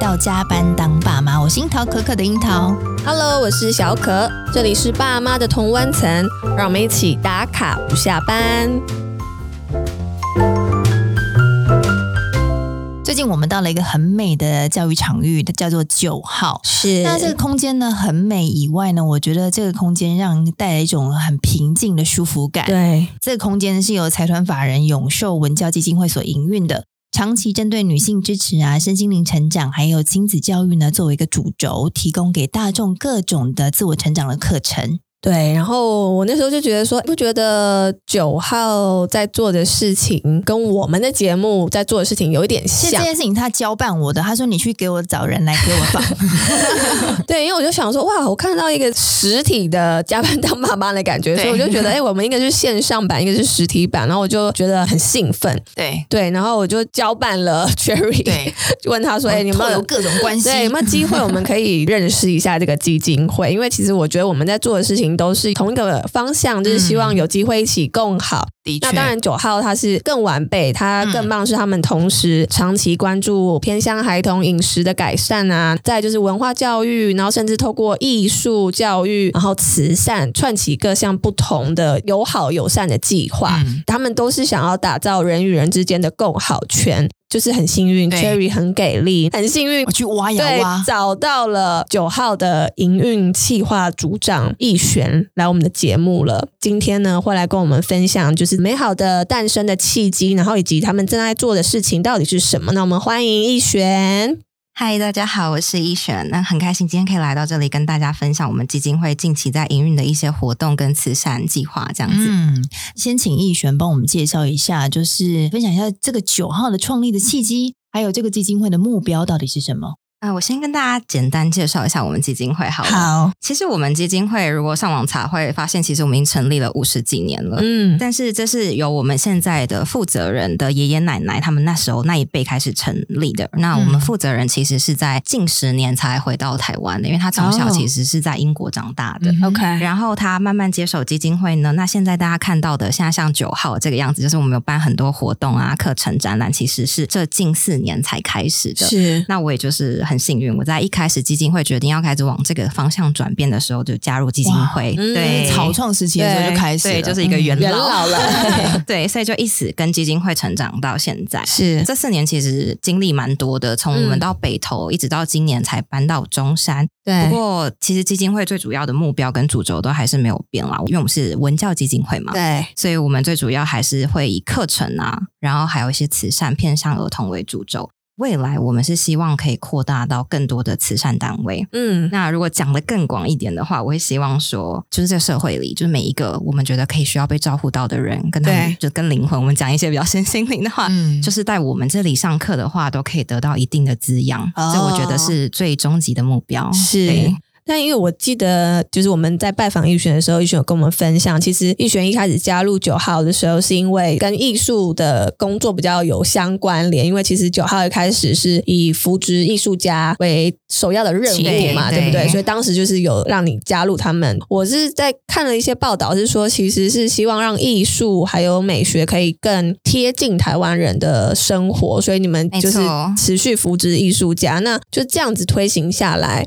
到加班当爸妈，我是樱桃可可的樱桃。 Hello，我是小可，这里是爸妈的同温层，让我们一起打卡不下班。最近我们到了一个很美的教育场域，叫做九号。是那这个空间呢很美以外呢，我觉得这个空间让人带来一种很平静的舒服感。对，这个空间是由财团法人永寿文教基金会所营运的，长期针对女性支持啊、身心灵成长还有亲子教育呢，作为一个主轴，提供给大众各种的自我成长的课程。对，然后我那时候就觉得说，不觉得九号在做的事情跟我们的节目在做的事情有一点其实这像，件事情他交办我的，他说你去给我找人来给我访，对，因为我就想说，哇，我看到一个实体的加班当爸妈的感觉，对所以我 就觉得，哎、我们一个是线上版，一个是实体版，然后我就觉得很兴奋， 对对，然后我就交办了 Cherry，对， 就问他说，哎、你们们有哦各种关系，对，有没有机会我们可以认识一下这个基金会？因为其实我觉得我们在做的事情都是同一个方向，就是希望有机会一起共好。的那当然，九号它是更完备，它嗯更棒是他们同时长期关注偏乡孩童饮食的改善啊，再来就是文化教育，然后甚至透过艺术教育，然后慈善串起各项不同的友好友善的计划。嗯他们都是想要打造人与人之间的共好圈，就是很幸运对，Cherry 很给力，很幸运我，去挖呀对挖，，找到了九号的营运企划组长易璇来我们的节目了。今天呢，会来跟我们分享就是美好的诞生的契机，然后以及他们正在做的事情到底是什么。那我们欢迎易璇。嗨，大家好，我是依璇。那很开心今天可以来到这里，跟大家分享我们基金会近期在营运的一些活动跟慈善计划，这样子。嗯，先请易璇帮我们介绍一下，就是分享一下这个九号的创立的契机，还有这个基金会的目标到底是什么？啊、我先跟大家简单介绍一下我们基金会好了。，好，其实我们基金会如果上网查会发现，其实我们已经成立了五十几年了。嗯，但是这是由我们现在的负责人的爷爷奶奶他们那时候那一辈开始成立的。那我嗯们负责人其实是在近十年才回到台湾的，因为他从小哦其实是在英国长大的。嗯哼 OK 然后他慢慢接手基金会呢，那现在大家看到的，现在像九号这个样子，就是我们有办很多活动啊、课程、展览，其实是这近四年才开始的。是那我也就是很幸运，我在一开始基金会决定要开始往这个方向转变的时候，就加入基金哇会。嗯对， 草创时期的时候就开始了，对，就是一个元嗯老，元老了对，所以就一直跟基金会成长到现在。是这四年其实经历蛮多的，从我们到北投，一直到今年才搬到中山。 对不过，其实基金会最主要的目标跟主轴都还是没有变啦，因为我们是文教基金会嘛，对所以我们最主要还是会以课程啊，然后还有一些慈善偏向儿童为主轴。未来我们是希望可以扩大到更多的慈善单位，嗯那如果讲的更广一点的话，我会希望说，就是这个社会里，就是每一个我们觉得可以需要被照顾到的人，跟他们就跟灵魂，我们讲一些比较身心灵的啊话，嗯，就是是在我们这里上课的话，都可以得到一定的滋养，哦这我觉得是最终极的目标。是对。但因为我记得，就是我们在拜访易璇的时候，易璇有跟我们分享，其实易璇一开始加入九号的时候，是因为跟艺术的工作比较有相关联。因为其实九号一开始是以扶植艺术家为首要的任务嘛，对对不对？对所以当时就是有让你加入他们。我是在看了一些报道，是说其实是希望让艺术还有美学可以更贴近台湾人的生活，所以你们就是没错持续扶植艺术家。那就这样子推行下来，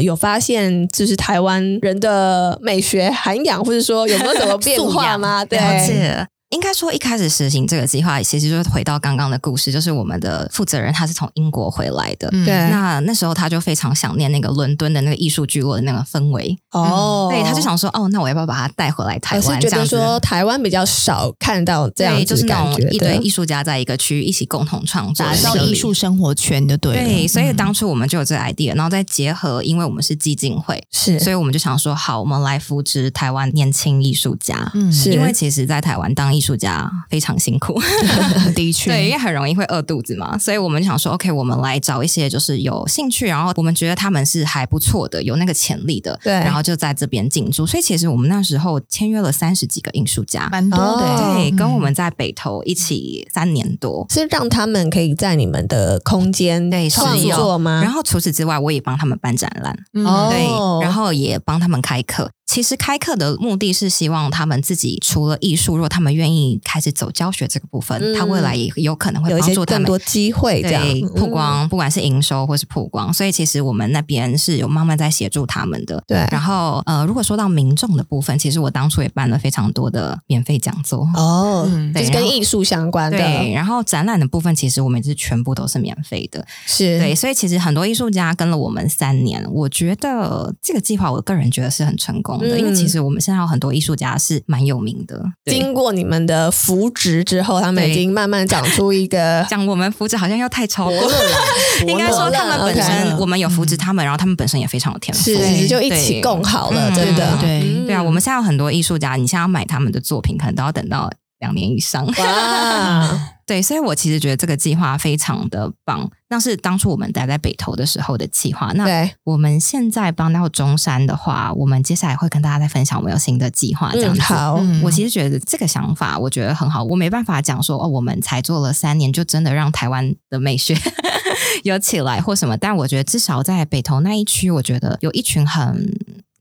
有发现就是台湾人的美学涵养，或者说有没有什么 变素化养吗？对，了解。嗯应该说，一开始实行这个计划，其实就是回到刚刚的故事，就是我们的负责人他是从英国回来的，嗯对那那时候他就非常想念那个伦敦的那个艺术聚落的那个氛围，哦，对，他就想说，哦，那我要不要把它带回来台我是湾？觉这样得子说台湾比较少看到这样对，子就是的那感种觉一堆对艺术家在一个区域一起共同创作，打造设立艺术。生活圈就对了，对，所以当嗯初我们就有这个 idea，然后再结合，因为我们是基金会，是所以我们就想说，好，我们来扶植台湾年轻艺术家。嗯是因为其实，在台湾当艺术家非常辛苦， 的确，对，因为很容易会饿肚子嘛，所以我们就想说，OK，我们来找一些就是有兴趣，然后我们觉得他们是还不错的，有那个潜力的，对然后就在这边进驻。所以其实我们那时候签约了三十几个艺术家，蛮多的哦欸，对，嗯跟我们在北投一起三年多。是让他们可以在你们的空间对创是有作吗？然后除此之外，我也帮他们办展览，嗯哦对，然后也帮他们开课。其实开课的目的是希望他们自己除了艺术，如果他们愿意开始走教学这个部分，嗯他未来也有可能会有一帮些助他更们多机会这样对嗯曝光，不管是营收或是曝光，所以其实我们那边是有慢慢在协助他们的。对然后呃，如果说到民众的部分，其实我当初也办了非常多的免费讲座，哦，嗯就是对跟然后艺术相关对，的，然后展览的部分，其实我们也是全部都是免费的，是对，所以其实很多艺术家跟了我们三年，我觉得这个计划，我个人觉得是很成功嗯的，因为其实我们现在有很多艺术家是蛮有名的，对。经过你们的扶植之后，他们已对经慢慢长出一个 讲我们扶持好像又太超过了， 应该说他们本伯身乐我们有扶持他们，然后他们本身也非常有天赋，是对是就一起共好了，嗯真的，对对嗯对啊，我们现在有很多艺术家，你现在要买他们的作品，可能都要等到两年以上。 哇，对，所以我其实觉得这个计划非常的棒。那是当初我们待在北投的时候的计划。那对，我们现在帮到中山的话，我们接下来会跟大家再分享我们有新的计划，啊这样嗯，子。好，嗯我其实觉得这个想法，我觉得很好。我没办法讲说哦，我们才做了三年，就真的让台湾的美学 有起来或什么。但我觉得至少在北投那一区，我觉得有一群很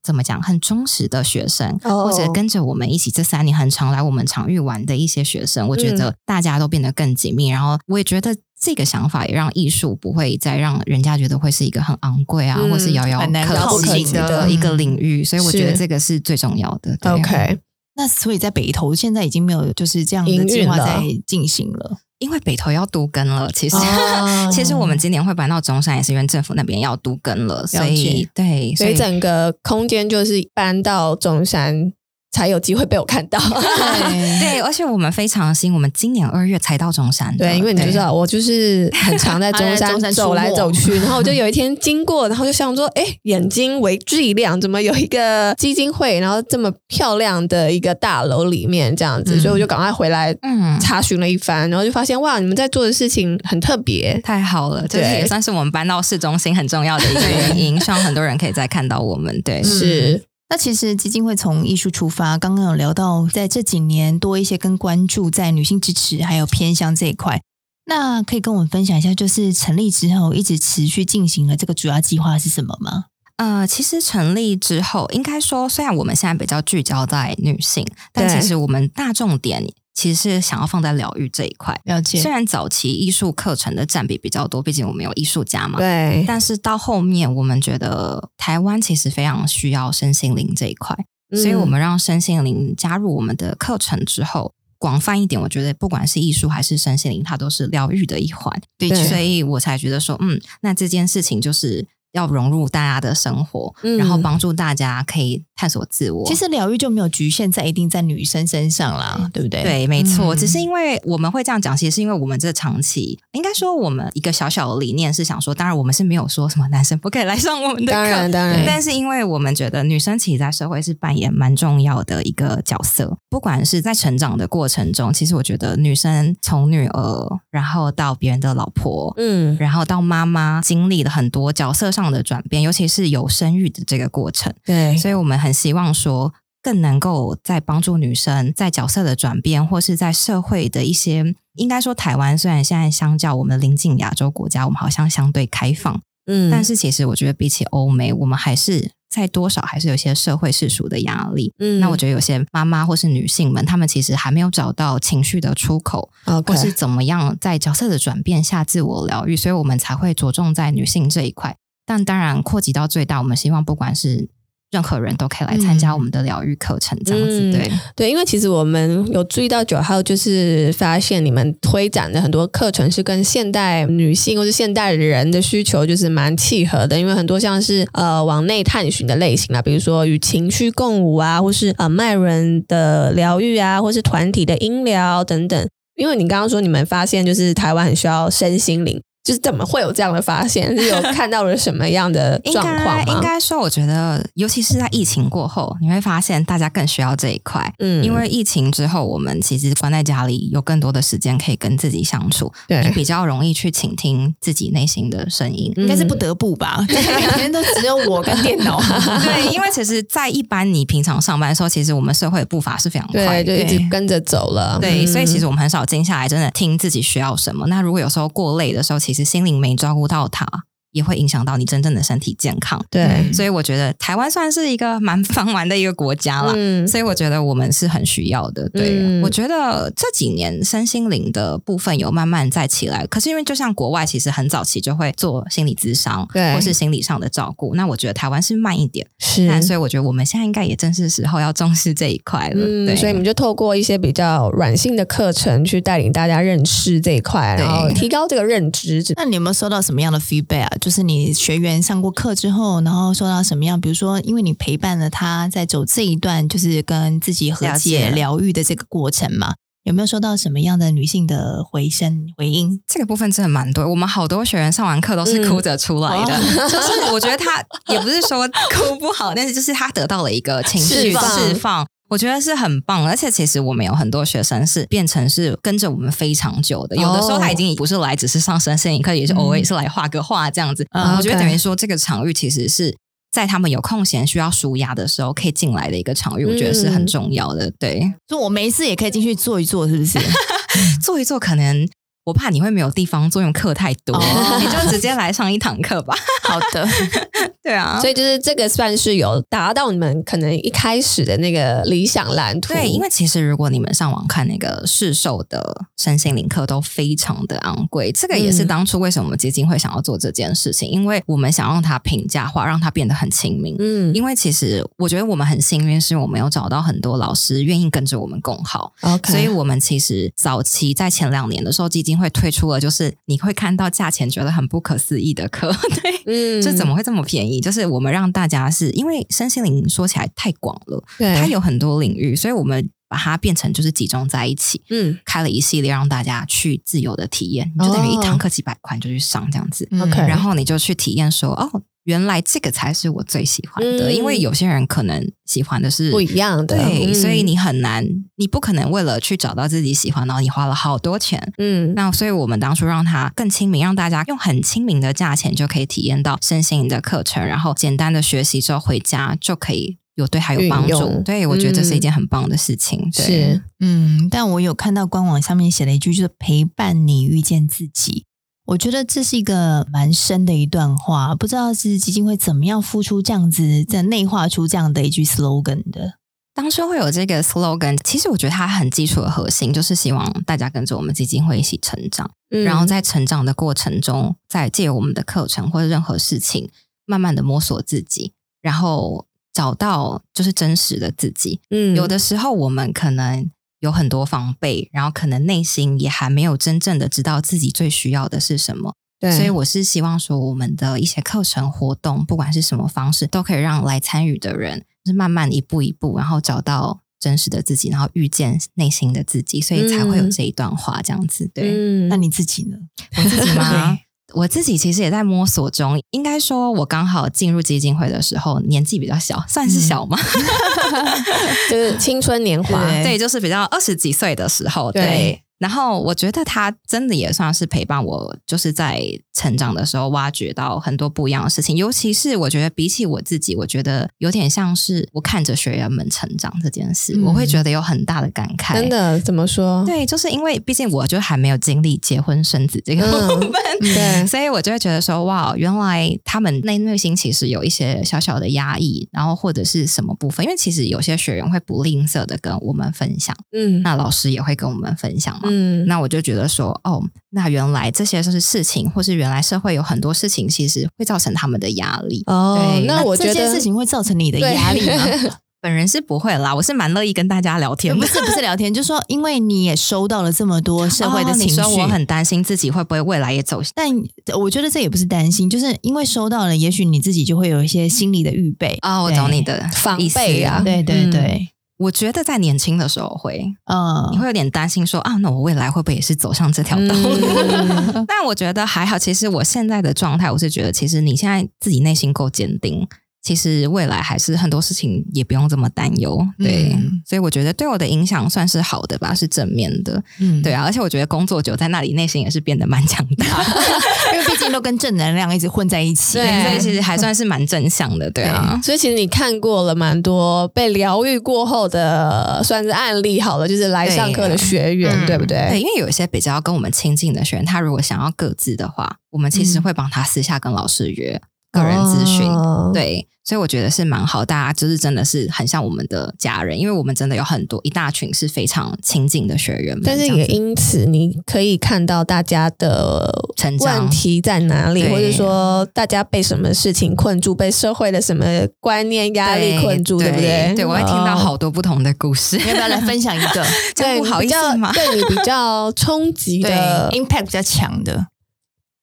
怎么讲，很忠实的学生。哦或者跟着我们一起这三年很常来我们场域玩的一些学生，我觉嗯得大家都变得更紧密。然后我也觉得这个想法也让艺术不会再让人家觉得会是一个很昂贵啊，嗯或是遥遥很难可靠及近的的一个领域。所以我觉得是这个是最重要的。对啊 OK，那所以在北投现在已经没有就是这样营的运计划了在进行了。因为北投要都更了，其实、 哦 其实我们今年会搬到中山，也是因为政府那边要都更了，所以解对，所所以以整个空间就是搬到中山才有机会被我看 到。 对，对，而且我们非常新，我们今年二月才到中山的，对，因为你就知道，我就是很常 在中他在中山山出走来没走去，然后我就有一天经过，然后就想说，哎，眼睛为之一亮，怎么有一个基金会，然后这么漂亮的一个大楼里面这样子，嗯所以我就赶快回来嗯。查询了一番，然后就发现哇，你们在做的事情很特别，太好了，这对也算是我们搬到市中心很重要的一个原 因，希望很多人可以再看到我们。对，是那其实基金会从艺术出发，刚刚有聊到，在这几年多一些跟关注在女性支持还有偏乡这一块。那可以跟我们分享一下，就是成立之后一直持续进行的这个主要计划是什么吗？呃，其实成立之后，应该说，虽然我们现在比较聚焦在女性，但对其实我们大重点其实是想要放在疗愈这一块。了解虽然早期艺术课程的占比比较多，毕竟我们有艺术家嘛，对，但是到后面，我们觉得台湾其实非常需要身心灵这一块，所以嗯我们让身心灵加入我们的课程之后，广泛一点，我觉得不管是艺术还是身心灵，它都是疗愈的一环。对对所以我才觉得说，嗯，那这件事情就是要融入大家的生活，嗯然后帮助大家可以探索自我。其实疗愈就没有局限在一定在女生身上啦，对不对？对，没错。嗯只是因为我们会这样讲，其实是因为我们这长期，应该说我们一个小小的理念是想说，当然我们是没有说什么男生不可以来上我们的课，当然当然对嗯但是因为我们觉得女生其实在社会是扮演蛮重要的一个角色，不管是在成长的过程中，其实我觉得女生从女儿，然后到别人的老婆，嗯然后到妈妈，经历了很多角色上的转变，尤其是有生育的这个过程。对所以我们很希望说，更能够在帮助女生在角色的转变，或是在社会的一些，应该说台湾虽然现在相较我们邻近亚洲国家，我们好像相对开放，嗯但是其实我觉得比起欧美，我们还是在多少还是有一些社会世俗的压力。嗯那我觉得有些妈妈或是女性们，她们其实还没有找到情绪的出口，得 OK 或是怎么样在角色的转变下自我疗愈，所以我们才会着重在女性这一块。但当然，扩及到最大，我们希望不管是任何人都可以来参加我们的疗愈课程，这样子、嗯对。对，因为其实我们有注意到九号，就是发现你们推展的很多课程是跟现代女性或是现代人的需求就是蛮契合的，因为很多像是呃往内探寻的类型啊啦，比如说与情绪共舞啊，或是呃脉轮的疗愈啊，或是团体的音疗等等。因为你刚刚说你们发现就是台湾很需要身心灵，就是怎么会有这样的发现？是 有看到了什么样的应状该况应吗？该说，我觉得，尤其是在疫情过后，你会发现大家更需要这一块。嗯因为疫情之后，我们其实关在家里，有更多的时间可以跟自己相处，你对比较容易去倾听自己内心的声音。应该是嗯不得不吧， 每天都只有我跟电 脑。对，因为其实，在一般你平常上班的时候，其实我们社会的步伐是非常对，快就的。一直对跟着走了。对，所以嗯其实我们很少静下来，真的听自己需要什么。那如果有时候过累的时候，其实心灵没照顾到它，也会影响到你真正的身体健康。对，所以我觉得台湾算是一个蛮繁 玩的一个国家啦。嗯，所以我觉得我们是很需要的。对，嗯我觉得这几年身心灵的部分有慢慢再起来，可是因为就像国外其实很早期就会做心理咨商，对嗯或是心理上的照顾，那我觉得台湾是慢一点，是但所以我觉得我们现在应该也正是时候要重视这一块了。嗯，对，所以你们就透过一些比较软性的课程去带领大家认识这一块，对然后提高这个认知。这那你有没有收到什么样的 feedback 啊？就是你学员上过课之后，然后收到什么样？比如说，因为你陪伴了他在走这一段，就是跟自己和了解、解疗愈的这个过程嘛，有没有收到什么样的女性的回声、回应？这个部分真的蛮多，我们好多学员上完课都是哭着出来的，嗯 就是我觉得他也不是说哭不好，但是就是他得到了一个情绪释的放释放。我觉得是很棒，而且其实我们有很多学生是变成是跟着我们非常久的，有的时候他已经不是来只是上身心灵课，也是偶尔也是来画个画这样子。哦呃嗯我觉得 OK 等于说这个场域其实是在他们有空闲需要舒压的时候可以进来的一个场域，我觉得是很嗯重要的。对，就我没事也可以进去坐一坐，是不 是？做一做，可能我怕你会没有地方做，因为课太多，哦 你就直接来上一堂课吧。 好 的，对啊，所以就是这个算是有达到你们可能一开始的那个理想蓝图。对，因为其实如果你们上网看那个市售的身心灵课，都非常的昂贵。这个也是嗯当初为什么我们基金会想要做这件事情，因为我们想让它平价化，让它变得很亲民。嗯因为其实我觉得我们很幸运，是我们有找到很多老师愿意跟着我们共好。 ，OK，所以我们其实早期在前两年的时候，基金会推出了，就是你会看到价钱觉得很不可思议的课， 对，嗯这怎么会这么便宜？就是我们让大家是因为身心灵说起来太广了，对它有很多领域，所以我们把它变成就是集中在一起，嗯开了一系列让大家去自由的体验，你就哦等于一堂课几百块你就去上这样子，嗯 OK 然后你就去体验说哦。原来这个才是我最喜欢的，嗯因为有些人可能喜欢的是不一样的？对，嗯所以你很难，你不可能为了去找到自己喜欢，然后你花了好多钱。嗯那所以我们当初让它更亲民，让大家用很亲民的价钱就可以体验到身心灵的课程，然后简单的学习之后回家就可以有对它有帮运助用。嗯对，我觉得这是一件很棒的事情。对是嗯，但我有看到官网上面写了一句，就是陪伴你遇见自己。我觉得这是一个蛮深的一段话，不知道是基金会怎么样付出这样子，在内化出这样的一句 slogan 的。当初会有这个 slogan，其实我觉得它很基础的核心就是希望大家跟着我们基金会一起成长。嗯然后在成长的过程中，再借由我们的课程或者任何事情，慢慢的摸索自己，然后找到就是真实的自己。嗯有的时候我们可能有很多防备，然后可能内心也还没有真正的知道自己最需要的是什么。对，所以我是希望说，我们的一些课程活动，不管是什么方式，都可以让来参与的人，就是慢慢一步一步，然后找到真实的自己，然后遇见内心的自己，所以才会有嗯这一段话这样子。对，嗯那你自己呢？我自己 吗？ 我自己其实也在摸索中，应该说，我刚好进入基金会的时候，年纪比较小，算嗯是小吗？就是青春年华，对对，就是比较二十几岁的时候，对。哎对然后我觉得他真的也算是陪伴我，就是在成长的时候挖掘到很多不一样的事情。尤其是我觉得比起我自己，我觉得有点像是我看着学员们成长这件事，嗯我会觉得有很大的感慨。真的怎么说？对，就是因为毕竟我就还没有经历结婚生子这个嗯部分，对 所以我就会觉得说，哇，原来他们内内心其实有一些小小的压抑，然后或者是什么部分，因为其实有些学员会不吝啬的跟我们分享，嗯 那老师也会跟我们分享嘛。嗯那我就觉得说，哦，那原来这些就是事情，或是原来社会有很多事情，其实会造成他们的压力。哦对，那我这觉件得事情会造成你的对压力吗？ 本人是不会啦，我是蛮乐意跟大家聊天不的。是不是聊天，就说因为你也收到了这么多社会的哦情你绪，说我很担心自己会不会未来也走但我觉得这也不是担心，就是因为收到了，也许你自己就会有一些心理的预备。哦，我对懂你的防意思备啊对嗯对，对，我觉得在年轻的时候会，嗯，你会有点担心说啊，那我未来会不会也是走上这条道路？ 嗯但我觉得还好，其实我现在的状态，我是觉得其实你现在自己内心够坚定，其实未来还是很多事情也不用这么担忧。对，嗯所以我觉得对我的影响算是好的吧，是正面的。嗯对，啊，而且我觉得工作久在那里，内心也是变得蛮强大 的， 因为毕竟都跟正能量一直混在一起。对所以其实还算是蛮正向的。对啊，所以其实你看过了蛮多被疗愈过后的算是案例好了，就是来上课的学员，对对,、啊不对？对，因为有一些比较跟我们亲近的学员，他如果想要各自的话，我们其实嗯会帮他私下跟老师约个人咨询。哦，对，所以我觉得是蛮好，大家就是真的是很像我们的家人，因为我们真的有很多一大群是非常亲近的学员们，但是这样也子因此你可以看到大家的成长问题在哪里，对或者说大家被什么事情困住，被社会的什么观念压力困住，对不对？对，我会听到哦好多不同的故事，你要不要来分享一个这样对不好意比较思吗？ 对你比较冲击对的， impact 比较强的？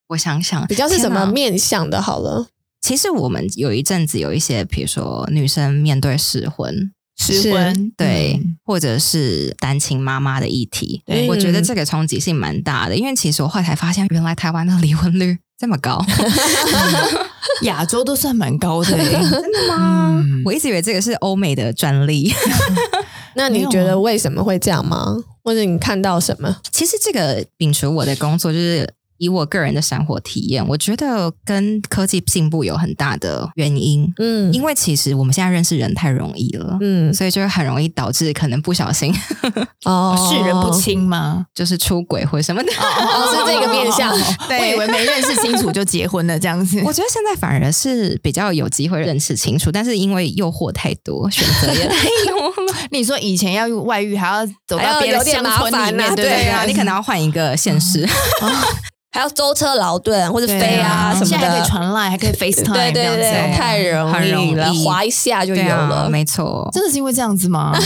我想想，比较是什么天哪面向的？好了，其实我们有一阵子有一些，比如说女生面对适婚，失婚对，嗯或者是单亲妈妈的议题，对我觉嗯得这个冲击性蛮大的。因为其实我后来才发现，原来台湾的离婚率这么高，亚洲都算蛮高的耶。真的吗嗯 我一直以为这个是欧美的专利。那没你有觉啊得为什么会这样吗？或者你看到什么？其实这个摒除我的工作，就是以我个人的生活体验，我觉得跟科技进步有很大的原因。嗯因为其实我们现在认识人太容易了，嗯所以就会很容易导致可能不小心 哦世人不清吗？就是出轨或什么的。哦是这个面向哦 对，我以为没认识清楚就结婚了这样子。我觉得现在反而是比较有机会认识清楚，但是因为诱惑太多，选择也太多 了，你说以前要外遇还要走到别的乡村还要有里点麻烦面，啊嗯对不对对啊，你可能要换一个现实。还要舟车劳顿或者对飞啊什么现在还可以的，传 line，还可以 FaceTime，对这对样子对，哦太很容容易易了，划一下就有对啊，了。没错。真的是因为这样子吗？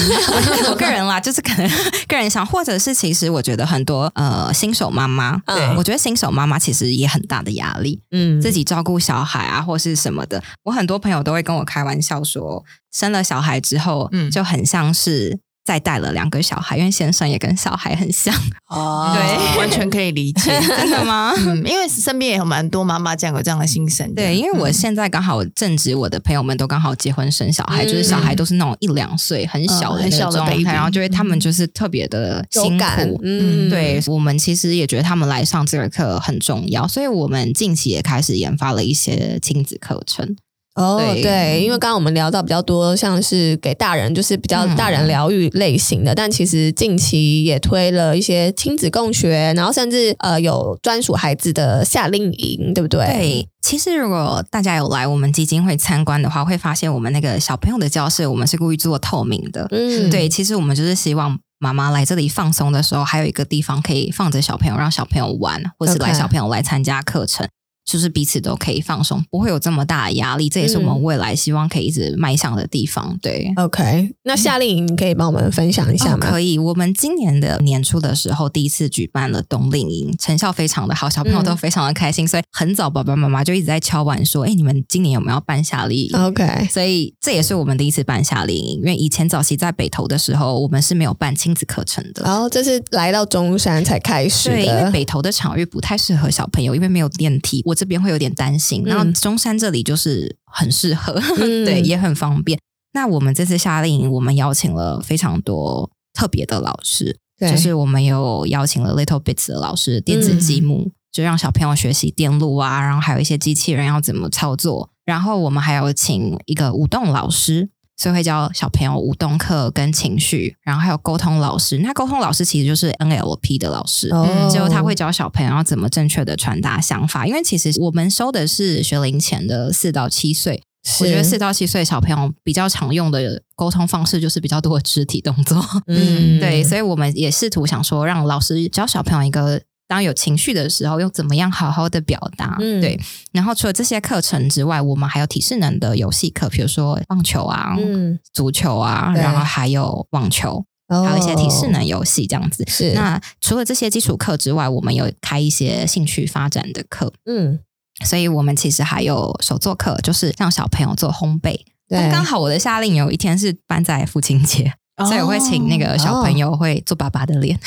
我个 人啦，就是可能个人想，或者是其实我觉得很多呃新手妈妈，嗯我觉得新手妈妈其实也很大的压力，嗯自己照顾小孩啊或是什么的。我很多朋友都会跟我开玩笑说，生了小孩之后，嗯就很像是。再带了两个小孩，因为先生也跟小孩 很像，哦对完全可以理解。真的吗？嗯，因为身边也有蛮多妈妈这样有这样的心声的。对，因为我嗯现在刚好正值我的朋友们都刚好结婚生小孩，嗯就是小孩都是那种一两岁很小的嗯很那小种的状态， baby 然后就会他们就是特别的有辛感苦，，嗯嗯，对我们其实也觉得他们来上这个课很重要，所以我们近期也开始研发了一些亲子课程。哦，对对，因为刚刚我们聊到比较多，像是给大人，就是比较嗯大人疗愈类型的，但其实近期也推了一些亲子共学，然后甚至呃有专属孩子的夏令营，对不对？，对，其实如果大家有来我们基金会参观的话，会发现我们那个小朋友的教室，我们是故意做透明的。嗯，对，其实我们就是希望。妈妈来这里放松的时候，还有一个地方可以放着小朋友，让小朋友玩，或是 OK 来小朋友来参加课程就是彼此都可以放松，不会有这么大的压力。这也是我们嗯未来希望可以一直迈向的地方。对， ，OK，那夏令营你可以帮我们分享一下哦，吗？可以。我们今年的年初的时候，第一次举办了冬令营，成效非常的好，小朋友嗯都非常的开心，所以很早爸爸妈妈就一直在敲碗说：“哎、你们今年有没有要办夏令营？” OK，所以这也是我们第一次办夏令营，因为以前早期在北投的时候，我们是没有办亲子课程的。然后这是来到中山才开始对，因为哦的，北投的场域不太适合小朋友，因为没有电梯，我这边会有点担心。然后嗯中山这里就是很适合，嗯 对，也很方便。那我们这次夏令营，我们邀请了非常多特别的老师，对就是我们有邀请了 Little Bits 的老师，电子积木，嗯就让小朋友学习电路啊，然后还有一些机器人要怎么操作。然后我们还有请一个舞动老师，所以会教小朋友舞动课跟情绪，然后还有沟通老师。那沟通老师其实就是 NLP 的老师。哦，嗯就他会教小朋友要怎么正确的传达想法，因为其实我们收的是学龄前的四到七岁，是，我觉得四到七岁小朋友比较常用的沟通方式就是比较多的肢体动作，嗯，对，所以我们也试图想说，让老师教小朋友一个当有情绪的时候，又怎么样好好的表达。嗯对。然后除了这些课程之外，我们还有体适能的游戏课，比如说棒球啊、嗯，足球啊，对哦然后还有网球，还还有一些体适能游戏这样子。是，那除了这些基础课之外，我们有开一些兴趣发展的课，嗯，所以我们其实还有手作课，就是让小朋友做烘焙。对，刚好我的夏令营有一天是办在父亲节，哦所以我会请那个哦小朋友友会做爸爸的 脸，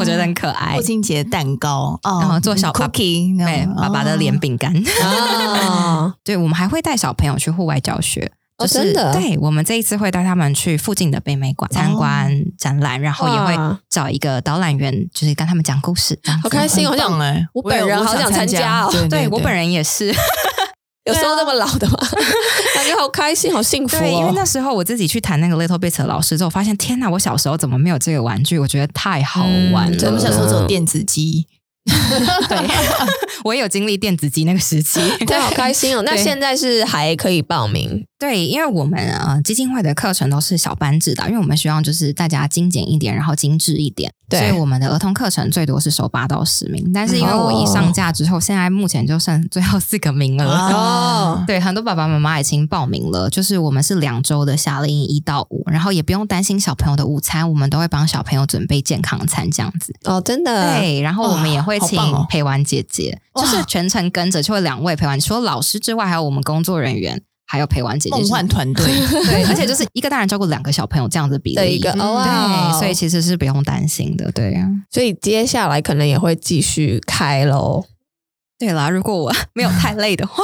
我觉得很可爱父。亲节蛋糕，哦、然后做小爸 cookie，那对种，哦爸爸的脸饼干。哦， 对，我们还会带小朋友去户外教学。哦就是真的哦对我们这一次会带他们去附近的北美馆参观展览，然后也会哇找一个导览员，就是跟他们讲故事。这样子好开心哦！我想棒哎，我本人也好想参加哦对对我本人人也是， 有时候这么老的吗？ 感觉好开心，好幸福啊对，因为哦！那时候我自己去弹那个 Little Bit 的老师之后，发现天哪，我小时候怎么没有这个玩具？我觉得太好玩嗯了。我们小时候做电子 机，对，我也有经历电子机那个时期。 对，好开心哦！那对现在是还可以报名对，因为我们呃基金会的课程都是小班制的，因为我们希望就是大家精简一点，然后精致一点。对所以我们的儿童课程最多是收八到十名，但是因为我一上架之后，现在目前就剩最后四个名额。哦啊哦。对，很多爸爸妈妈已经报名了，就是我们是两周的夏令营一到五，然后也不用担心小朋友的午餐，我们都会帮小朋友准备健康餐这样子。哦，真的，对，然后我们也会呃请哇好棒哦陪玩姐姐，哇就是全程跟着，就会两位陪玩，除了老师之外，还有我们工作人员，还有陪玩姐姐，梦幻团队，就是对，而且就是一个大人照顾两个小朋友这样子比例的一个嗯哦哇对，哦所以其实是不用担心的，对啊呀、所以接下来可能也会继续开喽。对啦，如果我没有太累 的话，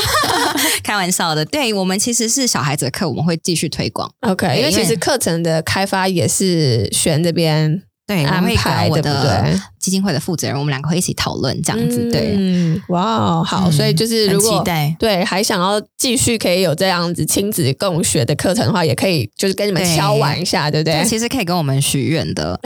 开玩笑的。对我们其实是小孩子的课，我们会继续推广。 OK，对因为因为其实课程的开发也是璇这边对，我安会排，跟我对不的对？基金会的负责人，我们两个会一起讨论这样子。对，啊嗯，哇哦，好，嗯所以就是很 如期果待。对还想要继续可以有这样子亲子共学的课程的话，也可以就是跟你们对敲完一下，对不对对，？其实可以跟我们许愿 的。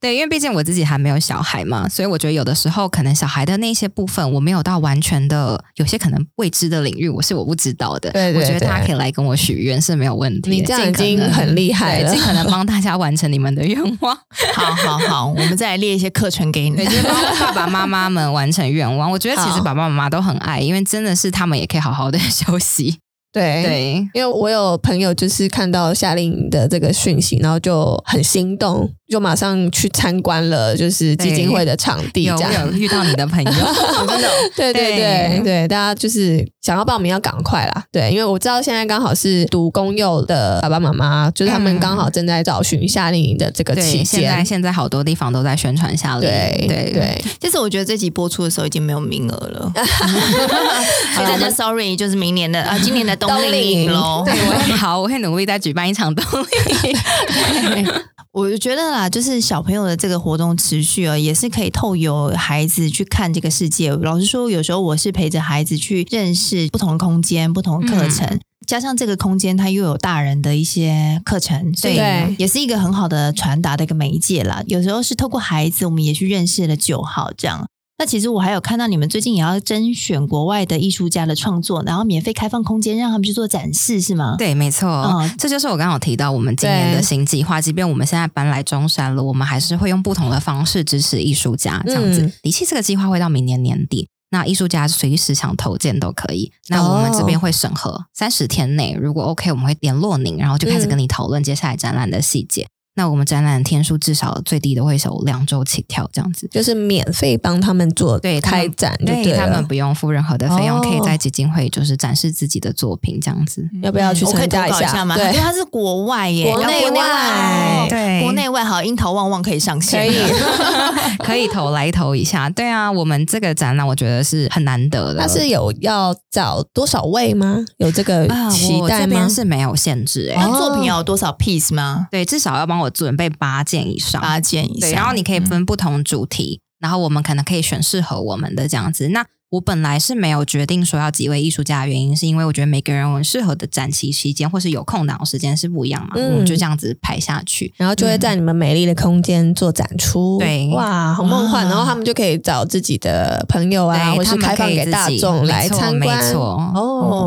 对，因为毕竟我自己还没有小孩嘛，所以我觉得有的时候可能小孩的那些部分，我没有到完全的，有些可能未知的领域，我是我不知道的。对对我觉得对大家可以来跟我许愿是没有问题的。你这样已尽经可能很厉害对了尽。可能帮大家完成你们的愿望。好好好， 我们再来列一些课程给你对，。就是 帮爸爸妈妈们完成愿望。我觉得其实好爸爸妈妈都很爱，因为真的是他们也可以好好的 休息。对对，因为我有朋友就是看到夏令营的这个讯息，然后就很心动，就马上去参观了，就是基金会的场地有这样有。遇到你的 朋友，真的对对对对对，大家就是想要报名要赶快啦，对，因为我知道现在刚好是读公幼的爸爸妈妈，就是他们嗯刚好正在找寻夏令营的这个期对，现在间，现在好多地方都在宣传夏令对营，对对，其实我觉得这集播出的时候已经没有名额 了，所以大家 sorry，就是明年的啊，今年的冬冬令令营营喽。 对，我 会好，我会努力再举办一场冬令营。 我觉得啦，就是小朋友的这个活动持续啊，也是可以透由孩子去看这个世界。老实说，有时候我是陪着孩子去认识不同的空间、不同的课程。加上这个空间，它又有大人的一些课程，所以对也是一个很好的传达的一个媒介啦。有时候是透过孩子，我们也去认识了九号这样。那其实我还有看到你们最近也要甄选国外的艺术家的创作，然后免费开放空间让他们去做展示，是吗？对，没错，嗯这就是我刚刚有提到我们今年的新计划。即便我们现在搬来中山了，我们还是会用不同的方式支持艺术家。这样子，嗯离弃这个计划会到明年年底。那艺术家随时想投件都可以。那我们这哦边会审核三十天内，如果 OK，我们会联络您，然后就开始嗯跟你讨论接下来展览的细节。那我们展览的天数至少最低的会有两周起跳，这样子。就是免费帮他们做对他们开展就对对他们了。不用付任何的费用，哦可以在基金会就是展示自己的作品这样子。要不要嗯去我可以参加投稿一下吗？对因为它是国外耶，国内然后外对国内外好，樱桃旺旺可以上线，啊可以， 哦可以投来投一下，对啊，我们这个展览我觉得是很难得的。他是有要找多少位吗？有这个啊，期我待这吗边？是没有限制哎、那作品要有多少 piece 吗？对，至少要帮我准备八件以哦上。八件以对，上，然后你可以分不同主题，然后我们可能可以选适合我们的这样子。那我本来是没有决定说要几位艺术家的原因，是因为我觉得每个人我适合的展期期间或是有空档的时间是不一样嘛，嗯我们就这样子排下去。然后就会在你们美丽的空间做展出，嗯对哇，好梦幻！哇然后他们就可以找自己的朋友啊，对或是他们开放可以给大自己众没来错参没观，错嗯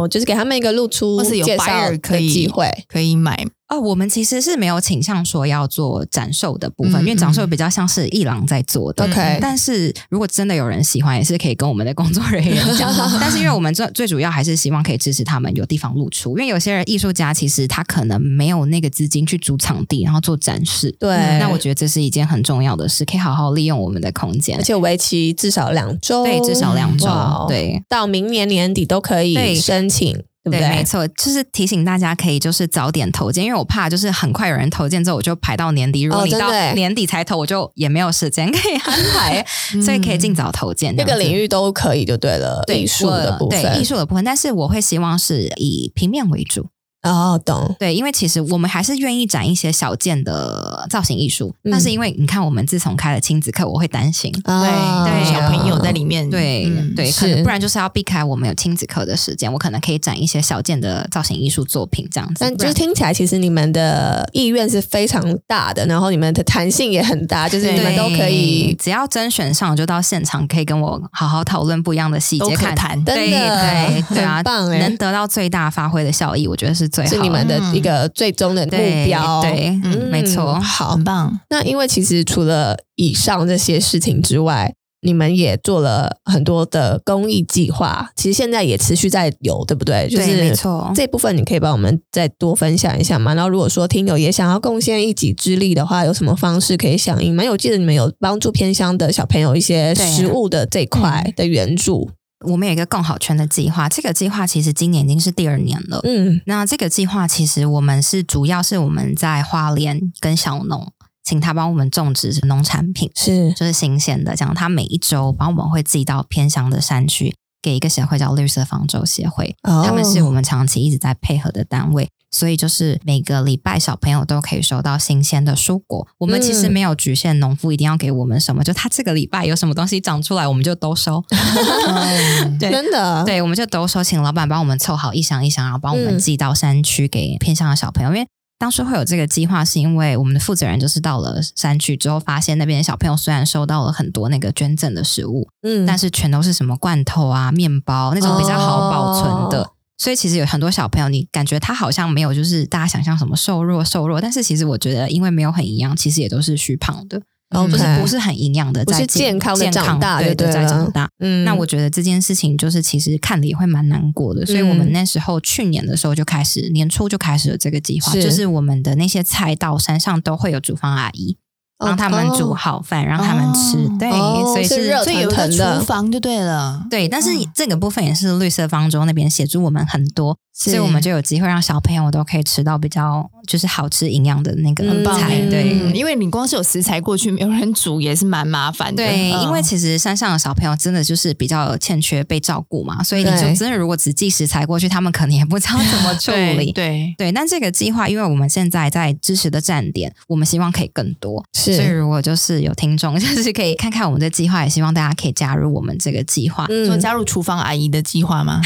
哦，就是给他们一个露出或是有介绍 buyer 可的以机会，可以买哦，我们其实是没有倾向说要做展售的部分，嗯因为展售比较像是艺廊在做的。 OK 但是如果真的有人喜欢，也是可以跟我们的工作人员讲。 但是因为我们最最主要还是希望可以支持他们有地方露出，因为有些人艺术家其实他可能没有那个资金去租场地，然后做展示。对嗯那我觉得这是一件很重要的事，可以好好利用我们的空间而。且为期至少两周，对，至少两周哇哦。对。到明年年底都可对以申请对不对？没错，就是提醒大家可以就是早点投件，因为我怕就是很快有人投件之后我就排到年底，如果哦你真的到耶年底才投，我就也没有时间可以安排，所以可以尽早投嗯件。各个领域域都可以，就对了。对艺术的我部分，对艺术的部分，但是我会希望是以平面为主，哦，懂。对，因为其实我们还是愿意展一些小件的造型艺术，嗯但是因为你看，我们自从开了亲子课，我会担心。啊对，对小朋友在里面，对、嗯对，可是能不然就是要避开我们有亲子课的时间，我可能可以展一些小件的造型艺术作品这样子。但不就然是听起来，其实你们的意愿是非常大的，然后你们的弹性也很 大，就是对你们都可以对只要甄选上，就到现场可以跟我好好讨论不一样的细都节，可看谈真对的对对啊，很棒哎能得到最大发挥的效益，我觉得是最好是的你们的嗯一个最终的目对标。对，嗯没错。好很，棒。那因为其实除了以上这些事情之外，你们也做了很多的公益计划，其实现在也持续在有，对不对？就是对没错这部分你可以帮我们再多分享一下嘛。然后如果说听友也想要贡献一己之力的话，有什么方式可以响应吗？因为我记得你们有帮助偏乡的小朋友一些对啊食物的这一嗯块的援助，我们有一个更好圈的计划，这个计划其实今年已经是第二年了。嗯那这个计划其实我们是主要是我们在花莲跟小农，请他帮我们种植农产品，是就是新鲜的，这样他每一周帮我们会寄到偏乡的山区，给一个协会叫绿色方舟协会，哦他们是我们长期一直在配合的单位。所以就是每个礼拜小朋友都可以收到新鲜的蔬果。我们其实嗯没有局限农夫一定要给我们什么，就他这个礼拜有什么东西长出来，我们就 都收。嗯嗯对真的，对，我们就都说请老板帮我们凑好一箱一箱，然后帮我们嗯寄到山区给偏向的小朋友。因为当初会有这个计划，是因为我们的负责人就是到了山区之后，发现那边的小朋友虽然收到了很多那个捐赠的食物，嗯但是全都是什么罐头啊、面包那种比较好保存的。哦所以其实有很多小朋友，你感觉他好像没有就是大家想象什么瘦弱瘦弱，但是其实我觉得因为没有很营养，其实也都是虚胖的，哦 OK 哦就是不是很营养的，不是在进健康的健长大对就对对，在了长大。嗯那我觉得这件事情就是其实看了也会蛮难过的，所以我嗯们那时候去年的时候就开始年初就开始了这个计划，是就是我们的那些菜到山上都会有主方阿姨帮他们煮哦好饭，让他们吃哦，对，哦所以是热是。所以有一个腾腾的厨房就对了，对，但是嗯这个部分也是绿色方舟那边协助我们很多，所以我们就有机会让小朋友都可以吃到比较就是好吃营养的那个很棒菜，嗯对，嗯因为你光是有食材过去，没有人煮也是蛮麻烦的。对，嗯因为其实山上的小朋友真的就是比较欠缺被照顾嘛，所以你对就真的如果只寄食材过去，他们可能也不知道怎么 处对理。对，对，但这个计划，因为我们现在在支持的站点，我们希望可以更多。所以是如果就是有听众，就是可以看看我们的计划，也希望大家可以加入我们这个计划。说嗯加入厨房阿姨的计划 吗？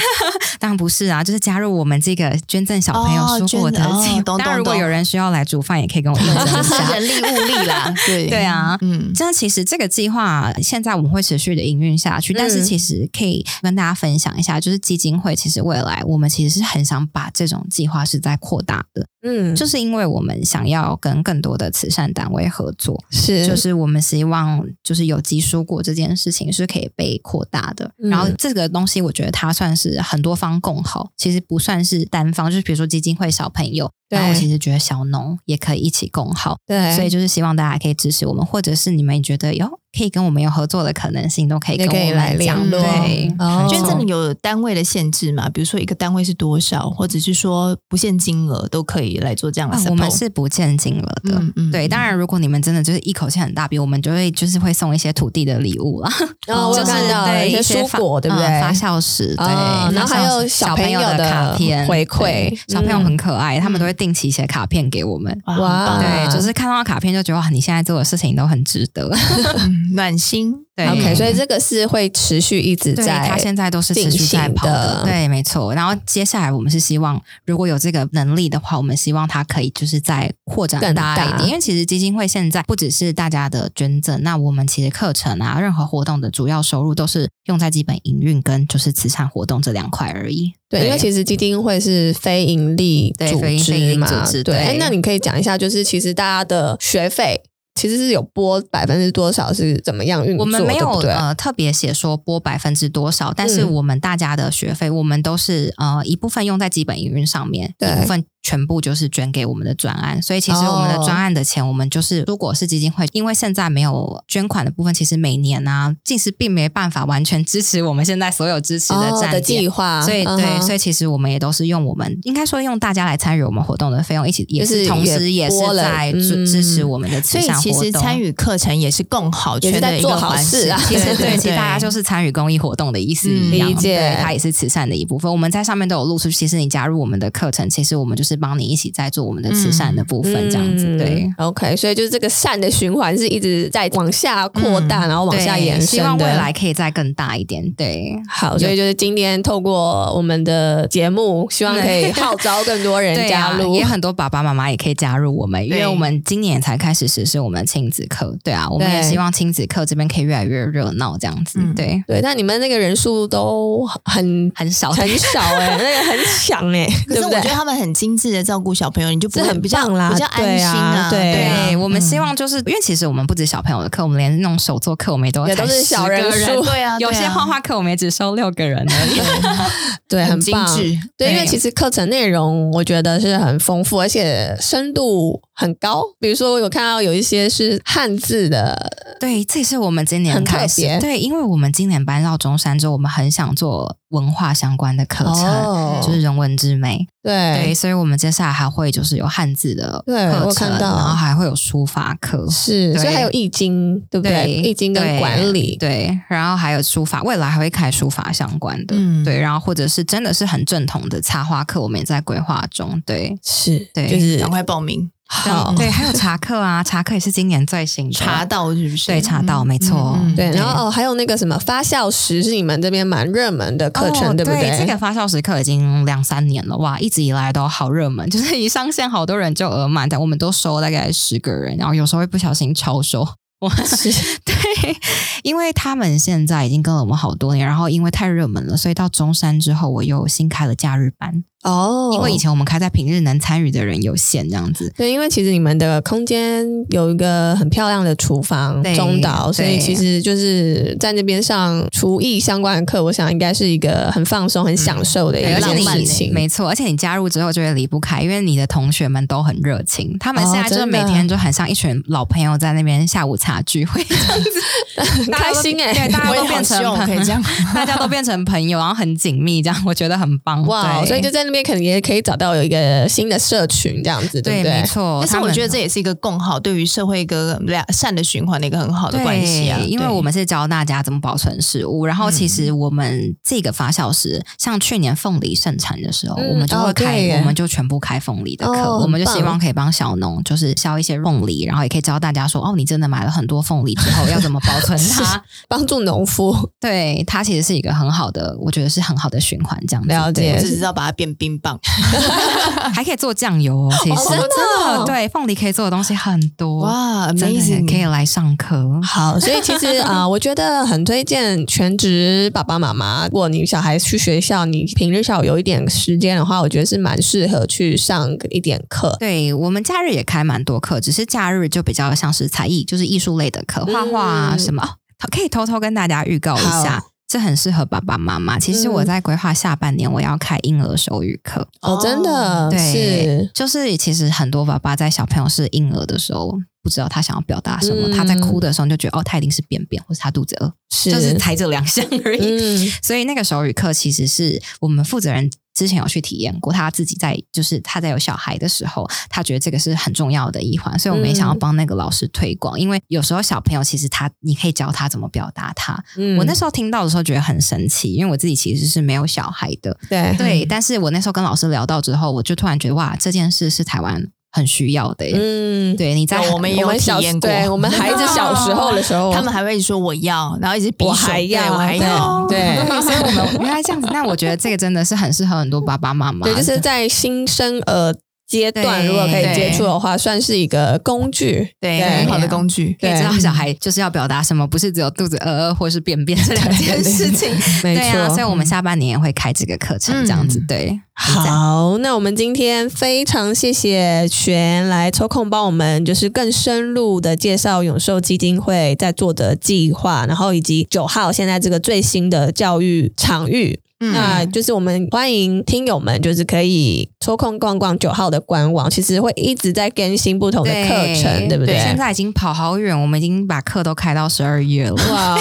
当然不是啊，就是加入我们这个捐赠小朋友哦蔬果的捐赠哦计划。懂当然，懂如果懂有人需要来煮饭，也可以跟我们 一起加人力物力啦， 对对啊嗯，这样其实这个计划现在我们会持续的营运下去，嗯但是其实可以跟大家分享一下，就是基金会其实未来我们其实是很想把这种计划是在扩大的，嗯就是因为我们想要跟更多的慈善单位合作，是就是我们希望就是有机蔬果这件事情是可以被扩大的。嗯然后这个东西我觉得它算是很多方共好，其实不算是单方，就是比如说基金会小朋友，对然后我其实觉得小农也可以一起共好。对，所以就是希望大家可以支持我们，或者是你们觉得哟可以跟我们有合作的可能性，都可以也跟可以我来们联讲。络对，哦捐赠有单位的限制嘛？比如说一个单位是多少，或者是说不限金额都可以来做这样的啊 support、我们是不见金额的。嗯嗯对，当然，如果你们真的就是一口气很大笔，我们就会就是会送一些土地的礼物啦，然哦后我就有是看到了对一些蔬果，对不对？嗯发酵食，对，哦然后发酵还有食小小朋友的的卡片回馈嗯对小朋友很可爱，他们都会定期写卡片给我们。哇，哇啊哇对，就是看到卡片就觉得哇，你现在做的事情都很值 得。 暖心，对 OK，所以这个是会持续一直对，在，它现在都是持续在跑进行的的，对，没错。然后接下来我们是希望，如果有这个能力的话，我们希望它可以就是再扩展更大一大点，因为其实基金会现在不只是大家的捐赠，那我们其实课程啊，任何活动的主要收入都是用在基本营运跟就是慈善活动这两块而已。对，因为其实基金会是非盈利对组非非织营利嘛，组织对。对哎，那你可以讲一下，就是其实大家的学费其实是有拨百分之多少是怎么样运作，我们没有对不对呃特别写说拨百分之多少，但是嗯我们大家的学费，我们都是呃一部分用在基本营运上面，对哦一部分全部就是捐给我们的专案。所以其实我们的专案的钱，我们就是如果是基金会，因为现在没有捐款的部分，其实每年啊，近视并没办法完全支持我们现在所有支持的哦站的点。计划，所以嗯对，哼所以其实我们也都是用我们应该说用大家来参与我们活动的费用，一起也就是是同也时也是拨了在支嗯支持我们的所慈以善活动。其实参与课程也是更好也圈是在的一个做好环事啊其实对对，对，其实大家就是是参与公益活动的意思一样，嗯理解对它也是慈善的一部分。我们在上面都有露出，其实你加入我们的课程，其实我们就是帮你一起在做我们的慈善的部分，这样子嗯对。 ，OK，所以就是这个善的循环是一直在往下扩大，然后往下嗯对延伸希的。望未来可以再更大一点。对，好，所以就是今天透过我们的节目，希望可以号召更多人 对加啊，入。也很多爸爸妈妈也可以加入我们，因为对我们今年才开始实施我们的亲子课。对啊，我们也对希望亲子课这边可以越来越热闹，这样子。嗯对，对，但你们那个人数都很很少。很少 哎、那个很抢哎、可 对是不我对觉得？他们很精致的照顾小朋友，你就不这会很比较棒啦比较安对心啊嗯对对啊对，我们希望就是、因为其实我们不止小朋友的课，我们连那种手作课我们也都也都才是小10个人人数对啊，有些对啊画画课我们也只收六个人而已。对，很很精棒。致，对，因为对其实课程内容我觉得是很丰富，而且深度很高。比如说，我有看到有一些是汉字的， 对，这也是我们今年很特开始别对，因为我们今年搬到中山之后，我们很想做文化相关的课程。哦就是人文之美，对，对所以我们接下来还会就是有汉字的对我课有程，看到然后还会有书法课，是，对所以还有易经，对不对？对，易经跟对管理，对，然后还有书法，未来还会开书法相关的，嗯对，然后或者是真的是很正统的插画课，我们也在规划中，对，是，对就是赶快报名好，对，还有茶课啊，茶课也是今年最新的查到是不是？对查到嗯没错嗯嗯对，然后哦，还有那个什么发酵石是你们这边蛮热门的课程，哦对对不对？这个发酵时刻已经两三年了，哇，一直以来都好热门， 就是一上线好多人就额满，但我们都收大概十个人，然后有时候会不小心超收。 我对，因为他们现在已经跟了我们好多年，然后因为太热门了，所以到中山之后，我又新开了假日班，哦，因为以前我们开在平日能参与的人有限，这样子。对，因为其实你们的空间有一个很漂亮的厨房对中岛，所以对其实就是在那边上厨艺相关的课，我想应该是一个很放松、很享受的一嗯对，而且件你事情。 没错，而且你加入之后就会离不开，因为你的同学们都很热情，他们哦现在就真是的每天就很像一群老朋友在那边下午茶聚会，很开心哎、对，大家我也都好变希成望我朋可以这样，大家都变成朋友，然后很紧密，这样我觉得很棒。哇，对所以就在那边可能也可以找到有一个新的社群这样子，对，不没对？错。但是他我们觉得这也是一个更好对于社会一个呃良善的循环的一个很好的对，关系啊，因为对我们是教大家怎么保存食物，然后其实我们这个发酵时，像去年凤梨盛产的时候，嗯我们就会哦开对耶，我们就全部开凤梨的课，哦我们就很棒希望可以帮小农就是削一些凤梨，然后也可以教大家说，哦，你真的买了很多凤梨之后要怎么保存它？帮助农 夫，对，它其实是一个很好的，我觉得是很好的循环，这样子了解我对只知道把它变冰棒， 还可以做酱油哦，其实、哦真的哦对，凤梨可以做的东西很哦多。哇真的，amazing，可以来上课。好，所以其 实啊、呃我觉得很推荐全职爸爸妈妈，如果你小孩去学校，你平日下午有一点时间的话，我觉得是蛮适合去上一点课。对我们假日也开蛮多课，只是假日就比较像是才艺，就是艺术类的课，画画啊嗯什么。哦可以偷偷跟大家预告一下好，这很适合爸爸妈妈。其实嗯我在规划下半年我要开婴儿手语课，哦，真的、对是，。就是其实很多爸爸在小朋友是婴儿的时候，不知道他想要表达什么，嗯他在哭的时候你就觉得哦，他一定是便便或是他肚子饿，是就是才这两项而已。嗯，所以那个手语课其实是我们负责人之前有去体验过，他自己在就是他在有小孩的时候，他觉得这个是很重要的一环，所以我们也嗯想要帮那个老师推广，因为有时候小朋友其实他你可以教他怎么表达他。嗯我那时候听到的时候觉得很神奇，因为我自己其实是没有小孩的， 对对，但是我那时候跟老师聊到之后，我就突然觉得哇，这件事是台湾很需要的耶。嗯，对，你在有我 们也有我们体小验过，对我们孩子小时候的时候，他们还会说我要，然后一直比手我还对要我还要，对对， 所以我们原来这样子，那我觉得这个真的是很适合很多爸爸妈妈。对，就是在新生儿阶段，对如果可以对接触的话，算是一个工具。对，对很好的工具，可以对知道小孩就是要表达什么，不是只有肚子饿饿或是便便这两件事情。没对啊，所以我们下半年也会开这个课程，这样子、嗯对。很赞好，那我们今天非常谢谢璇来抽空帮我们，就是更深入的介绍永寿基金会在做的计划，然后以及九号现在这个最新的教育场域。嗯那就是我们欢迎听友们，就是可以抽空逛逛九号的官网，其实会一直在更新不同的课程，对不对？现在已经跑好远，我们已经把课都开到十二月了。 哇，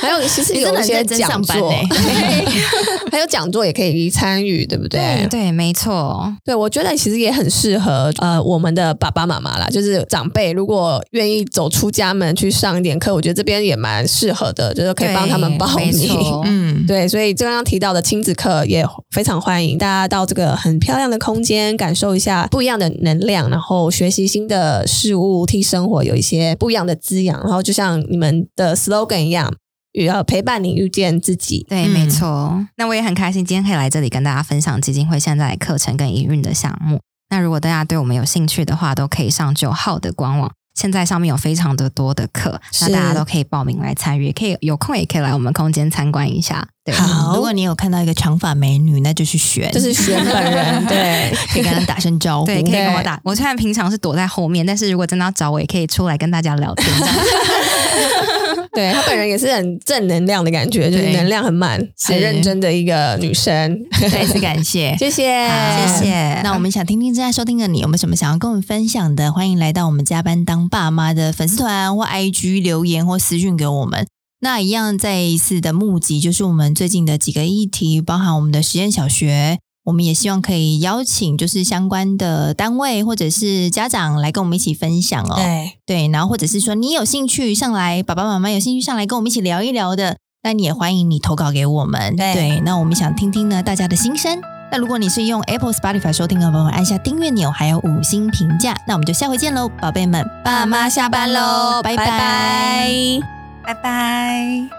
还有 其实你真有的一很些认真讲上班座欸， 还有讲座也可以参与，对不对？对，没错，对，我觉得其实也很适合呃我们的爸爸妈妈啦，就是长辈如果愿意走出家门去上一点课，我觉得这边也蛮适合的，就是可以帮他们对报没名。错 嗯，对，所以刚刚提到的亲子课也非常欢迎大家到这个很漂亮的空间，感受一下不一样的能量，然后学习新的事物，替生活有一些不一样的滋养。然后就像你们的 slogan 一样，也要陪伴你遇见自己。对，嗯没错。那我也很开心，今天可以来这里跟大家分享基金会现在的课程跟营运的项目。那如果大家对我们有兴趣的话，都可以上九号的官网，现在上面有非常的多的课，那是大家都可以报名来参与，也可以有空也可以来我们空间参观一下。对，好，如果你有看到一个长发美女，那就去选，这是选本人对。 可以跟她打声招呼，对，可以跟我欸对打。我虽然平常是躲在后面，但是如果真的要找我，也可以出来跟大家聊天。这样对她本人也是很正能量的感觉，就是对能量很满、是很认真的一个女 生。。再次感谢谢谢，谢谢。那我们想听听正在收听的你有没有什么想要跟我们分享的？欢迎来到我们加班当爸妈的粉丝团或 IG 留言或私讯给我们。那一样再一次的募集，就是我们最近的几个议题，包含我们的实验小学，我们也希望可以邀请就是相关的单位或者是家长来跟我们一起分享哦。对。对，然后或者是说你有兴趣上来，爸爸妈妈有兴趣上来跟我们一起聊一聊的，那你也欢迎你投稿给我们。对那我们想听听呢大家的心声。那如果你是用 Apple Spotify 收听的朋友，按下订阅钮，还有五星评价。那我们就下回见喽，宝贝们，爸妈下班喽，拜拜拜拜拜拜。